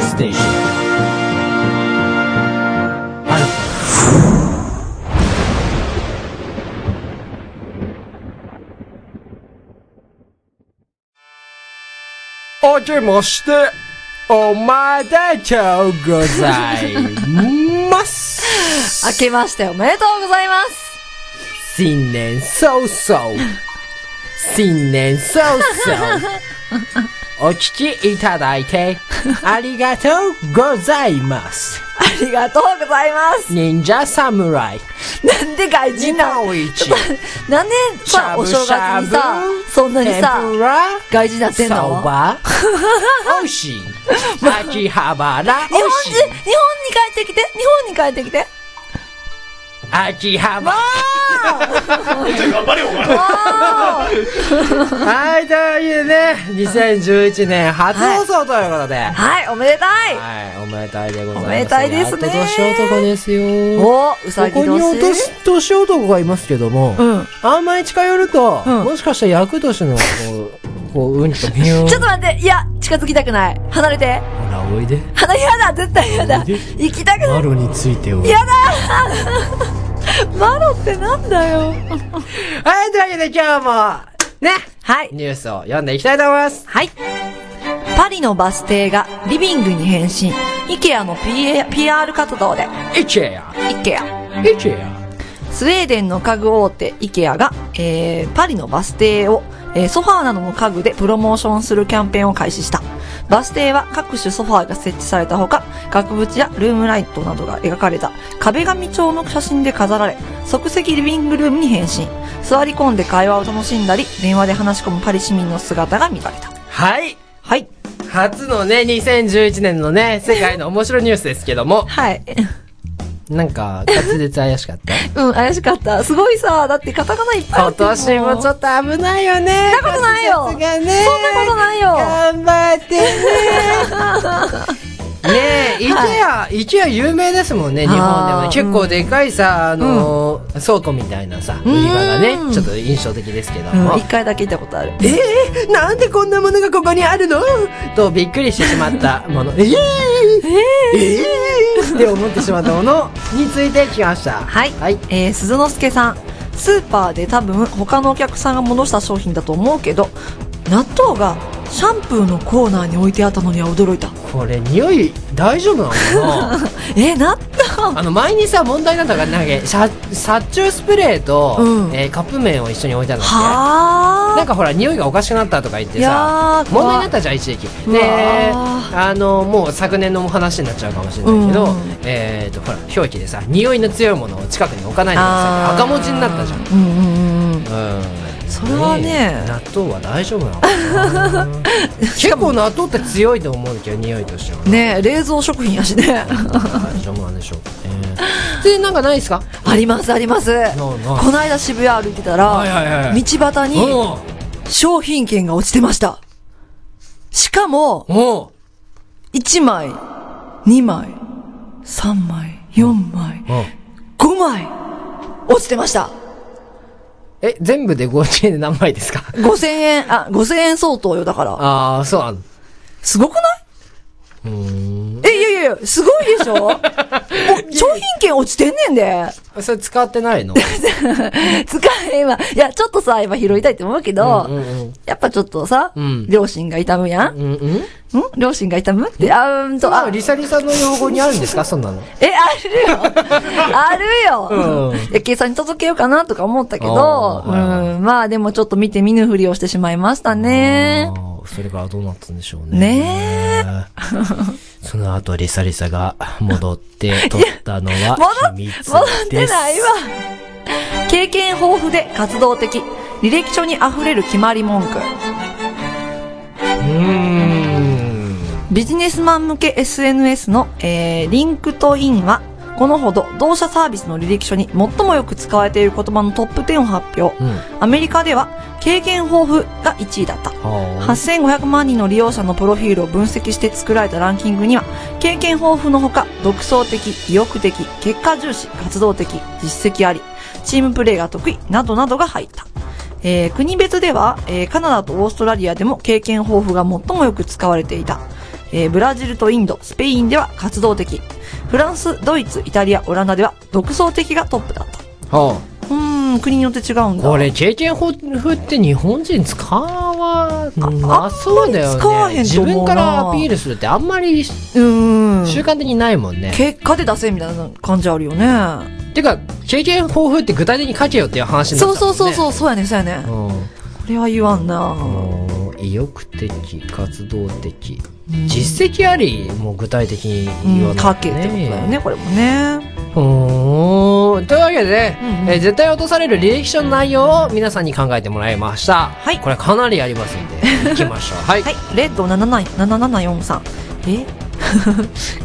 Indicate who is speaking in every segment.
Speaker 1: ステーション
Speaker 2: あけまして、おめでとうございます。
Speaker 3: 明けましておめでとうございます。
Speaker 2: 新年早々。新年早々。 お聞きいただいて、ありがとうございます。
Speaker 3: ありがとうございます。
Speaker 2: 忍者侍。
Speaker 3: なんで外人なの
Speaker 2: おいち。
Speaker 3: なんで
Speaker 2: しゃ
Speaker 3: さ、お
Speaker 2: ぶし
Speaker 3: 正月
Speaker 2: ゃ
Speaker 3: に
Speaker 2: ぶ
Speaker 3: さ、そんなにさ、
Speaker 2: 天ぷら
Speaker 3: 外人になってん
Speaker 2: そ
Speaker 3: の
Speaker 2: ば。おいしい。秋葉原。
Speaker 3: 日本
Speaker 2: おい
Speaker 3: 人、
Speaker 2: し
Speaker 3: 日
Speaker 2: い
Speaker 3: 本。に帰ってきて、日本に帰ってきて。
Speaker 2: 秋葉原。
Speaker 3: あー
Speaker 2: はい、というね、2011年初放送ということで、はい、
Speaker 3: はい、おめでたい。
Speaker 2: おめでたいでございます。
Speaker 3: おめでたいですね
Speaker 2: やっと年男ですよ。
Speaker 3: おうさ
Speaker 2: こ
Speaker 3: ぎ
Speaker 2: こにお
Speaker 3: 年。
Speaker 2: 年年男がいますけども、
Speaker 3: うん
Speaker 2: あんまり近寄ると、
Speaker 3: うん
Speaker 2: もしかしたら厄年の、こう、こう、うんとビューン。
Speaker 3: ちょっと待って、いや、近づきたくない。離れて。
Speaker 2: ほら、おいで。
Speaker 3: 離れやだ、絶対やだ。行きたくない。
Speaker 2: ロについておい
Speaker 3: やだマロってなんだよ。
Speaker 2: はい、というわけで今日も、ね、
Speaker 3: はい。
Speaker 2: ニュースを読んでいきたいと思います。
Speaker 3: はい。パリのバス停がリビングに変身。IKEA の PA PR 活動で。
Speaker 2: イチェア
Speaker 3: IKEA。
Speaker 2: イチェア
Speaker 3: スウェーデンの家具大手 IKEA が、えー、パリのバス停を、えーソファーなどの家具でプロモーションするキャンペーンを開始した。バス停は各種ソファーが設置されたほか、額縁やルームライトなどが描かれた壁紙調の写真で飾られ、即席リビングルームに変身。座り込んで会話を楽しんだり、電話で話し込むパリ市民の姿が見られた。
Speaker 2: はい。
Speaker 3: はい。
Speaker 2: 初のね、2011年のね、世界の面白いニュースですけども、
Speaker 3: はい。
Speaker 2: なんか、滑舌怪しかった。
Speaker 3: うん、怪しかった。すごいさ、だってカタカナいっぱいあ
Speaker 2: 今
Speaker 3: っても
Speaker 2: 年もちょっ
Speaker 3: っ
Speaker 2: と危ないよね。
Speaker 3: そんなことない
Speaker 2: 滑
Speaker 3: よ
Speaker 2: 舌がね、
Speaker 3: と。そんなことないよ。
Speaker 2: 頑張ってね。ねえ、イケア、イケア有名ですもんね、日本でもね
Speaker 3: あ。ー
Speaker 2: 結構でかいさ、あのー、倉庫みたいなさ、売り場がね、ちょっと印象的ですけど
Speaker 3: う
Speaker 2: も
Speaker 3: ん、一。回だけ行ったことある。
Speaker 2: ええなんでこんなものがここにあるのとびっくりしてしまったもの。ええええって思ってしまったものについて聞きました。
Speaker 3: はい。
Speaker 2: はい。
Speaker 3: えー、鈴之助さん。スーパーで多分他のお客さんが戻した商品だと思うけど、納豆がシャンプーのコーナーに置いてあったのには驚いた。
Speaker 2: これ匂い大丈夫なのかな
Speaker 3: えー、納 豆
Speaker 2: あの前にさ問題なんだからなんか殺殺虫スプレーと、
Speaker 3: うん
Speaker 2: えーカップ麺を一緒に置いたんだっけな
Speaker 3: は
Speaker 2: んかほら匂いがおかしくなったとか言って
Speaker 3: いや
Speaker 2: さ
Speaker 3: ー
Speaker 2: 問
Speaker 3: 怖
Speaker 2: 題
Speaker 3: い
Speaker 2: になったじゃん一時期
Speaker 3: うわ
Speaker 2: で
Speaker 3: ー
Speaker 2: あのもう昨年の話になっちゃうかもしれないけど、
Speaker 3: うん
Speaker 2: えっとほら表記でさ匂いの強いものを近くに置かないでください
Speaker 3: あー
Speaker 2: 赤文字になったじゃん
Speaker 3: ー。うんうんう
Speaker 2: う
Speaker 3: ん。
Speaker 2: ん
Speaker 3: それはね
Speaker 2: え納豆は大丈夫なの かな結構納豆って強いと思うけど匂いとしては
Speaker 3: ねえ冷蔵食品や しね。
Speaker 2: 大丈夫なんでしょうかね。で、なんかないですか
Speaker 3: ありますあります。
Speaker 2: な
Speaker 3: こ
Speaker 2: い
Speaker 3: の間渋谷歩いてたら、
Speaker 2: はいはいはい
Speaker 3: 道端に、
Speaker 2: おう
Speaker 3: 商品券が落ちてました。しかも、
Speaker 2: おう
Speaker 3: 1枚、2枚、3枚、4枚、
Speaker 2: おう
Speaker 3: 5枚、落ちてました。
Speaker 2: え、全部で合計で何枚 ですか
Speaker 3: 5000円、あ、5000円相当よ、だから。
Speaker 2: ああ、そうなの。
Speaker 3: すごくないえ、いやいやいや、すごいでしょ お商品券落ちてんねんで。
Speaker 2: それ使ってない の
Speaker 3: 使えば、いや、ちょっとさ、今拾いたいと思うけど、やっぱちょっとさ、
Speaker 2: ん
Speaker 3: 両親が痛むやん、
Speaker 2: うんうん。
Speaker 3: ん両親が痛むって、あーんと、
Speaker 2: あ、
Speaker 3: あ、
Speaker 2: リサリサの用語にあるんですかそんなの。
Speaker 3: え、 あるよあるよ、
Speaker 2: うん
Speaker 3: いや、計算に届けようかなとか思ったけ
Speaker 2: あ、
Speaker 3: ど
Speaker 2: ー
Speaker 3: う
Speaker 2: はい
Speaker 3: ん、まあでもちょっと見て見ぬふりをしてしまいましたね。
Speaker 2: あーそれからどうなったんでしょうね。え。
Speaker 3: ね
Speaker 2: その後、リサリサが戻って取った のは秘密です。
Speaker 3: 戻ってないわ。経験豊富で活動的。履歴書に溢れる決まり文句。
Speaker 2: うー
Speaker 3: ビジネスマン向け SNS の、えー、リンクトインは、このほど同社サービスの履歴書に最もよく使われている言葉のトップ10を発表。
Speaker 2: ん。うん。
Speaker 3: アメリカでは経験豊富が1位だった。
Speaker 2: は
Speaker 3: 8500万人の利用者のプロフィールを分析して作られたランキングには経験豊富のほか独創的意欲的結果重視活動的実績ありチームプレーが得意などなどが入った、えー国別では、えーカナダとオーストラリアでも経験豊富が最もよく使われていたえーブラジルとインド、スペインでは活動的。フランス、ドイツ、イタリア、オランダでは独創的がトップだった。
Speaker 2: ほ
Speaker 3: うーん、国によって違うん
Speaker 2: う。
Speaker 3: だ。
Speaker 2: これ、チェチェンフフって日本人使わなそうだよね。
Speaker 3: 使わへんと
Speaker 2: 自
Speaker 3: 思うな
Speaker 2: 分からアピールするってあんまり習
Speaker 3: うーん。
Speaker 2: 慣的にないもんね。
Speaker 3: 結果で出せみたいな感じあるよね。
Speaker 2: てか、チェチェンフフって具体的に書けよっていう話にな
Speaker 3: そ
Speaker 2: っ
Speaker 3: う
Speaker 2: たもん
Speaker 3: そう
Speaker 2: ね。
Speaker 3: そうそう、そうやね、そうやね。
Speaker 2: うん。
Speaker 3: これは言わんな。
Speaker 2: うん意欲的、活動的。実績あり、もう具体的に言
Speaker 3: う
Speaker 2: わ
Speaker 3: ん、
Speaker 2: ない
Speaker 3: か
Speaker 2: と
Speaker 3: けってことだよね、これもね。
Speaker 2: ほーんというわけで、
Speaker 3: うんうん
Speaker 2: えー絶対落とされる履歴書の内容を皆さんに考えてもらいました。
Speaker 3: はい
Speaker 2: これかなりありますん で、行きましょう。はい。
Speaker 3: はい、レッド77743さん。え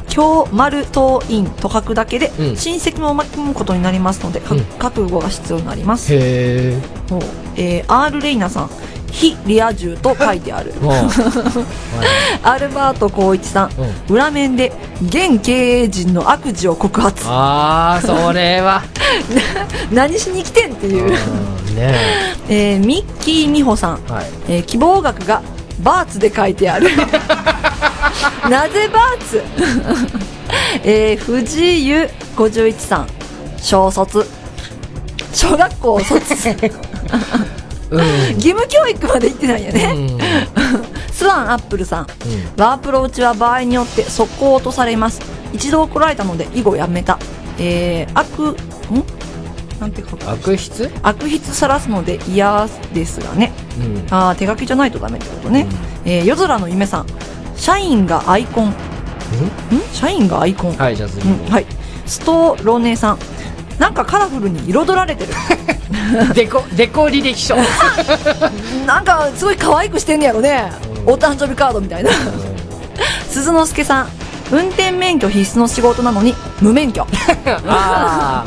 Speaker 3: 京丸党員と書くだけで、
Speaker 2: うん
Speaker 3: 親戚も巻き込むことになりますので、か
Speaker 2: うん
Speaker 3: 覚悟が必要になります。
Speaker 2: へー。
Speaker 3: ほうえー、R レイナさん。非リア充と書いてある。
Speaker 2: もうはい
Speaker 3: アルバート光一さん。
Speaker 2: うん
Speaker 3: 裏面で、現経営陣の悪事を告発。
Speaker 2: あー、それは。
Speaker 3: 何しに来てんって
Speaker 2: う
Speaker 3: いう。
Speaker 2: んね
Speaker 3: えー、ミッキー美穂さん。
Speaker 2: え。はい。
Speaker 3: えー希望額がバーツで書いて あるなぜバーツ、 えー藤井優51さん小卒小学校 卒義
Speaker 2: うん。
Speaker 3: 務教育まで行ってないよ
Speaker 2: う
Speaker 3: ね、
Speaker 2: ん。うん。
Speaker 3: スワンアップルさんワープロ打ちは場合によって速攻を落とされます一度怒られたので以後やめたえー、悪んなんて書く
Speaker 2: 悪質
Speaker 3: 悪筆さらすので嫌ですがね
Speaker 2: うん。
Speaker 3: あー手書きじゃないとダメってことね、えー夜空の夢さん社員がアイコンん社員がアイコン、
Speaker 2: はい、じゃあ次。
Speaker 3: うんはい、ストロネさんなんかカラフルに彩られてる
Speaker 2: デコ、デコ履歴書。うん
Speaker 3: なんかすごい可愛くしてんねやろねお誕生日カードみたいな鈴之助さん運転免許必須の仕事なのに無免許
Speaker 2: あ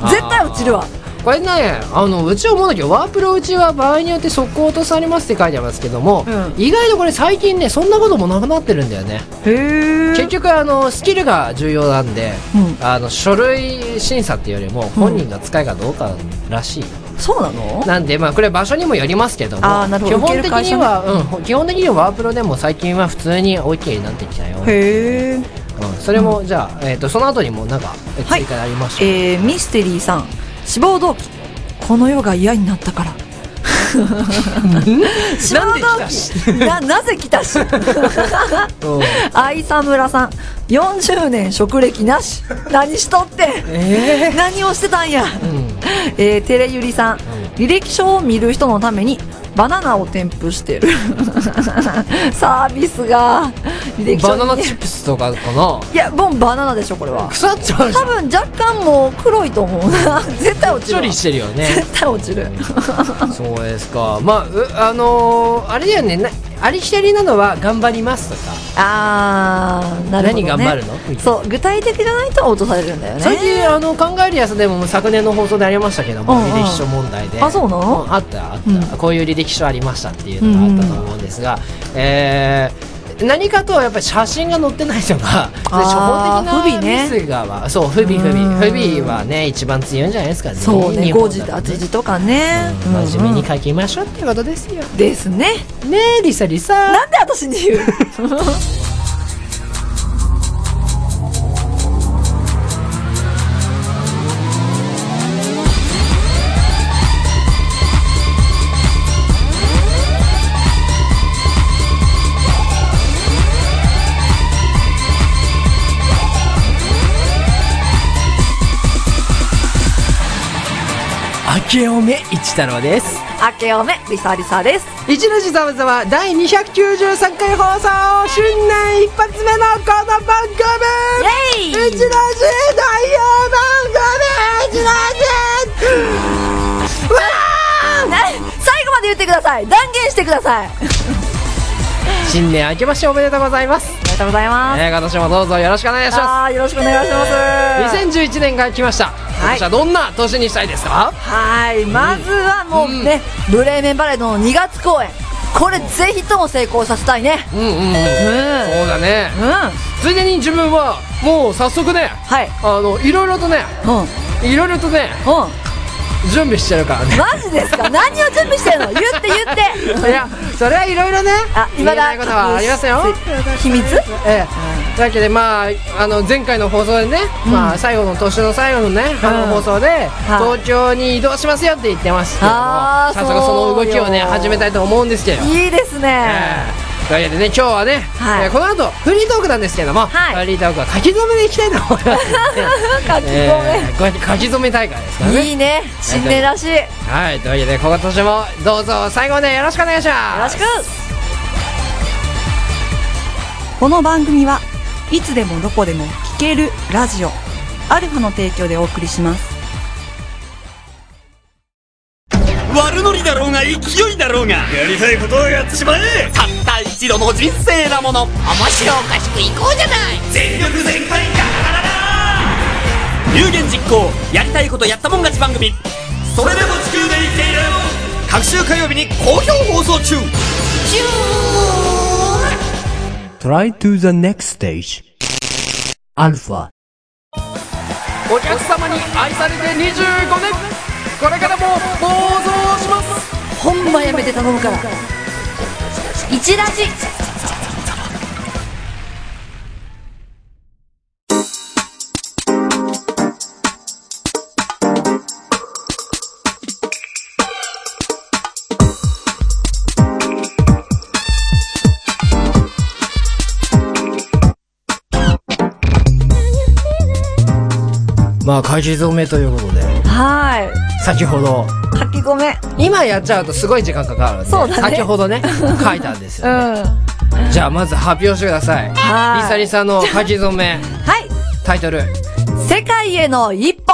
Speaker 2: ー
Speaker 3: 絶対落ちるわ
Speaker 2: これねあのうち思うんだけどワープロうちは場合によって速攻落とされますって書いてありますけども、
Speaker 3: うん
Speaker 2: 意外とこれ最近ねそんなこともなくなってるんだよね
Speaker 3: へえ
Speaker 2: 結局あのスキルが重要なんで、
Speaker 3: う
Speaker 2: あの書類審査っていうよりも本人が使いかどうからしい、
Speaker 3: そうなの
Speaker 2: なんでまあこれ場所にもよりますけども
Speaker 3: あーなるほど
Speaker 2: 基本的には、うん、基本的にはワープロでも最近は普通に OK になってきたよ、
Speaker 3: へえ
Speaker 2: うん、それもじゃあ、えー、とその後にもなんか追
Speaker 3: はい
Speaker 2: 加でありました、
Speaker 3: えーミステリーさん志望動機この世が嫌になったから志望動機な なぜ来 たし
Speaker 2: うん
Speaker 3: 愛沢村さん40年職歴なし何しとってん
Speaker 2: え
Speaker 3: 何をしてたんや、
Speaker 2: ーうん
Speaker 3: えー、テレユリさん履歴書を見る人のためにバナナを添付してる サービスが履歴書
Speaker 2: バ
Speaker 3: に
Speaker 2: ナナチップスとかかない
Speaker 3: やもうバナナでしょこれは
Speaker 2: 腐っちゃうじゃ
Speaker 3: 多分若干もう黒いと思うな 絶対落
Speaker 2: ん
Speaker 3: ち
Speaker 2: 処
Speaker 3: るわ
Speaker 2: 理してるよね
Speaker 3: 絶対落ちる
Speaker 2: そうですかまあうあのー、あれだよねなありきたりなのは頑張りますとか
Speaker 3: あーなるほど、ね、
Speaker 2: 何頑張るのみたいな
Speaker 3: そう具体的じゃないと落とされるんだよね
Speaker 2: 最近あの考えるやつでも昨年の放送でありましたけども、
Speaker 3: うんうん
Speaker 2: 履歴書問題で
Speaker 3: あそうなの
Speaker 2: んあったあった、
Speaker 3: うん
Speaker 2: こういう履歴書ありましたっていうのがあったと思うんですが、えー何かとやっぱり写真が載ってないのが
Speaker 3: あー
Speaker 2: 初歩的
Speaker 3: 不備
Speaker 2: な
Speaker 3: ね
Speaker 2: ミスがは、そう不備不備
Speaker 3: うん
Speaker 2: 不備はね一番強いんじゃないですかね
Speaker 3: そうね
Speaker 2: 日
Speaker 3: 5
Speaker 2: 本
Speaker 3: 時
Speaker 2: だ
Speaker 3: と
Speaker 2: と
Speaker 3: 8時とかね、うんうん
Speaker 2: 真面目に書きましょうってことですよ
Speaker 3: ですね
Speaker 2: ねえリサリサ
Speaker 3: なんで私に 言う
Speaker 2: 明けおめ一太郎です
Speaker 3: 明けおめリサリサです
Speaker 2: 一の字ざわざわ第293回放送新年一発目のこの番組
Speaker 3: イ
Speaker 2: 一
Speaker 3: エ
Speaker 2: の
Speaker 3: ーイ
Speaker 2: 字大王番組一の字わ
Speaker 3: な最後まで言ってください断言してくださいあり
Speaker 2: ー新年明けましておめでとうございます、
Speaker 3: がとうございます、
Speaker 2: えー、今年もどうぞよろしくお願いしま
Speaker 3: あーよろしくお願いします
Speaker 2: す2011年が来ました、今年はどんな年にしたいですか
Speaker 3: はいまずはもうね、ブレーメンバレードの2月公演これぜひとも成功させたいね
Speaker 2: うんうんうん、
Speaker 3: うん
Speaker 2: そう
Speaker 3: うん
Speaker 2: だね
Speaker 3: は
Speaker 2: ついでに自分はもう早速ね
Speaker 3: い
Speaker 2: あのいろいろとね
Speaker 3: うん
Speaker 2: いろいろとね
Speaker 3: うん
Speaker 2: 準備してるからね
Speaker 3: マジですか何を準備してるの言って言 っ
Speaker 2: い
Speaker 3: て
Speaker 2: やそれはいろいろね
Speaker 3: あ
Speaker 2: 言えないことはありますよ
Speaker 3: 秘密
Speaker 2: ええ、だけどまああの前回の放送でね、まあ最後の年の最後のね、あの放送で東京に移動しますよって言ってましたけど
Speaker 3: あ
Speaker 2: も
Speaker 3: ー
Speaker 2: 早速その動きをね
Speaker 3: そうよ
Speaker 2: 始めたいと思うんですけど、え
Speaker 3: いいですね
Speaker 2: えというわけでね今日はね、
Speaker 3: はい
Speaker 2: えーこの後フリートークなんですけども、
Speaker 3: はい
Speaker 2: フリートークは書き初めでいきたいと思い ます、
Speaker 3: 書き
Speaker 2: ええ書き初め大会ですから
Speaker 3: 込
Speaker 2: ね
Speaker 3: めいいね新年らしいよ
Speaker 2: はいというわけで今年もどうぞ最後までよろしくお願いします
Speaker 3: ろしく
Speaker 1: この番組はいつでもどこでも聞けるラジオアルファの提供でお送りします
Speaker 4: 悪ノリだろうが勢いだろうがやりたいことをやってしまえたった一度の人生だもの面白おかしくいこうじゃない全力全開ガラガラガラ有言実行やりたいことやったもん勝ち番組それでも地球で生きている各週火曜日に好評放送中
Speaker 5: Try to the next stage. Alpha.
Speaker 2: お客様に愛されて25年これからも暴走します
Speaker 3: ほんまやめて頼むから一ラジ
Speaker 2: まあ書き初めということで
Speaker 3: は
Speaker 2: 先ほど
Speaker 3: い書き込め
Speaker 2: 今やっちゃうとすごい時間かかるんで
Speaker 3: そうだね
Speaker 2: 先ほどね書いたんです
Speaker 3: う ん
Speaker 2: よ、ね
Speaker 3: は
Speaker 2: じゃあまず発表してください
Speaker 3: はい
Speaker 2: リサリサの書き初め
Speaker 3: い
Speaker 2: タイトル
Speaker 3: 世界への一歩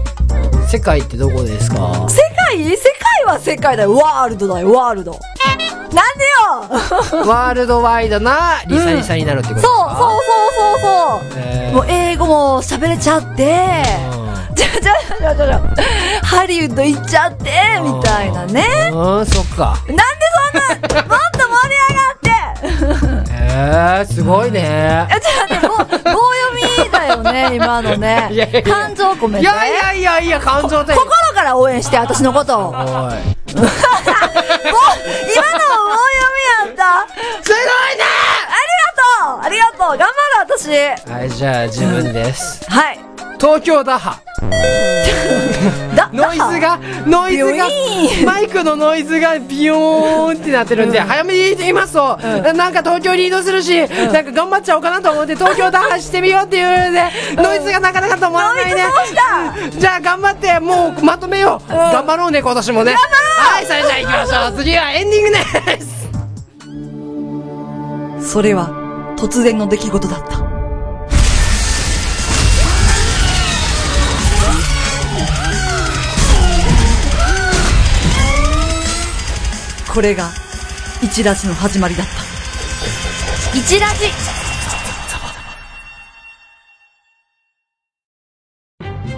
Speaker 2: 「世界ってどこですか?
Speaker 3: 世界世界は世界だよワールドだよワールドなんでよそう」
Speaker 2: ワールドワイドなリサリサになるってことです
Speaker 3: そう
Speaker 2: か、
Speaker 3: そうそうそう、
Speaker 2: えー
Speaker 3: もう英語も喋れちゃってじゃじゃじゃじゃじゃハリウッド行っちゃってみたいなね
Speaker 2: うん、うん、そっか
Speaker 3: なんでそんなもっと盛り上がって
Speaker 2: えー、すごいね
Speaker 3: いやちょっと待って棒棒読みだよね今のね
Speaker 2: いやいやいや
Speaker 3: 感情込め
Speaker 2: い
Speaker 3: て
Speaker 2: やいやいやいや感情的
Speaker 3: 心から応援して私のことを
Speaker 2: お
Speaker 3: 今の
Speaker 2: い
Speaker 3: 棒読みやったあり
Speaker 2: すごいね
Speaker 3: がとうありがとう頑張る私
Speaker 2: はい、じゃあ自分です。
Speaker 3: はい
Speaker 2: 東京打破。
Speaker 3: だ
Speaker 2: ノイズが、ノイズが
Speaker 3: ビヨー、ン
Speaker 2: マイクのノイズがビヨーンってなってるんで、早めに言いますと、なんか東京に移動するし、なんか頑張っちゃおうかなと思って、東京打破してみようっていうね、ノイズがなかなか止まら
Speaker 3: ノイ
Speaker 2: ない
Speaker 3: ズ
Speaker 2: ね
Speaker 3: ど。うした
Speaker 2: じゃあ頑張って、もうまとめよう。頑張ろうね、今年もね。はい、それじゃあ行きましょう。次はエンディングです。
Speaker 1: それは突然の出来事だったこれが一ラジの始まりだった
Speaker 3: 一ラジ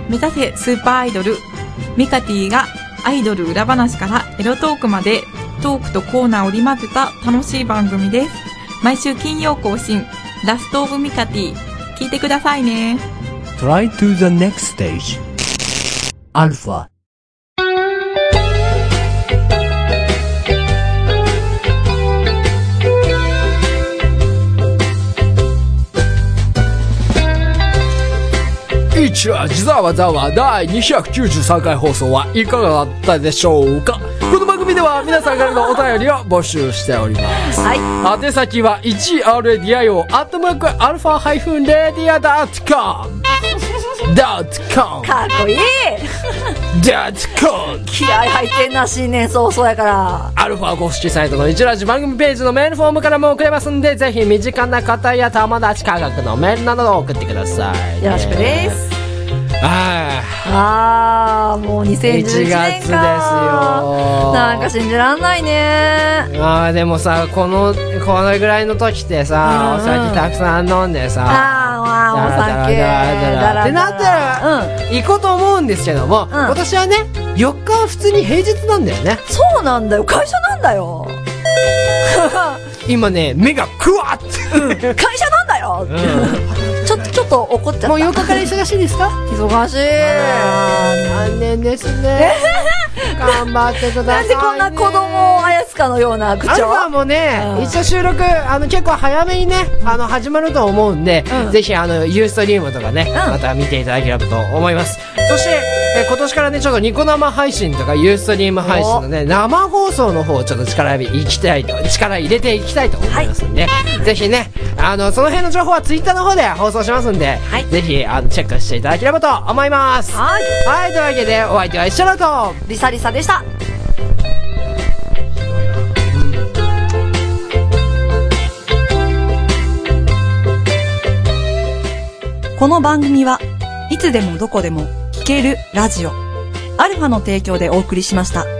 Speaker 6: 目指せスーパーアイドルミカティがアイドル裏話からエロトークまでトークとコーナーを織り交ぜた楽しい番組です毎週金曜更新ラストオブミカティ聞いてくださいね
Speaker 5: Try to the next stage. Alpha.
Speaker 2: 一話ざわざわ第293回放送はいかがだったでしょうかこの番組では皆さんからのお便りを募集しております。はい。宛先は 1radio アットマークアルファハイフンレディアダットコム。ダットコム。
Speaker 3: かっこいい
Speaker 2: ダットコム。
Speaker 3: 気合入ってんな新年早々やから
Speaker 2: アルファ公式サイトの一ラジ番組ページのメールフォームからも送れますんで、ぜひ身近な方や友達科学のメールなどを送ってください。。
Speaker 3: よろしくですす
Speaker 2: はい。
Speaker 3: あーもう2011
Speaker 2: 1
Speaker 3: 年か
Speaker 2: 月ですよ
Speaker 3: なんか信じらんないね
Speaker 2: ああでもさこのこのぐらいの時ってさ、
Speaker 3: うん
Speaker 2: お酒たくさん飲んでさ
Speaker 3: あーあお酒
Speaker 2: だらだらだらってなったら
Speaker 3: うん
Speaker 2: 行こうと思うんですけども、今年はね4日は普通に平日なんだよね
Speaker 3: そうなんだよ会社なんだよ
Speaker 2: 今ね目がクワッて、
Speaker 3: 会社なんだよ、ちょっとちょっ
Speaker 7: っと怒っちゃった
Speaker 2: もう8日から忙しいですか
Speaker 7: 忙しい
Speaker 2: あー残念ですね 頑張ってく
Speaker 7: な
Speaker 2: ださ、
Speaker 7: いん
Speaker 2: ね、
Speaker 7: でこんな子供をあやすかのような口
Speaker 2: アルフ
Speaker 7: 調
Speaker 2: ァもね
Speaker 7: うん
Speaker 2: 一応収録あの結構早めにねあの始まると思うんで、
Speaker 7: うん
Speaker 2: ぜひあのユーストリームとかね、また見ていただければと思いますそして、えー今年からねちょっとニコ生配信とかユーストリーム配信のね生放送の方をちょっと力入れいきたいと力入れていきたいと思いますんで、ぜひねあのその辺の情報はツイッターの方で放送しますんで、
Speaker 7: い
Speaker 2: ぜひあのチェックしていただければと思いますは
Speaker 7: はい
Speaker 2: い、というわけでお相手は一緒だと
Speaker 7: リサリサでした
Speaker 3: この番組はいつでもどこでも聞けるラジオアルファの提供でお送りしました。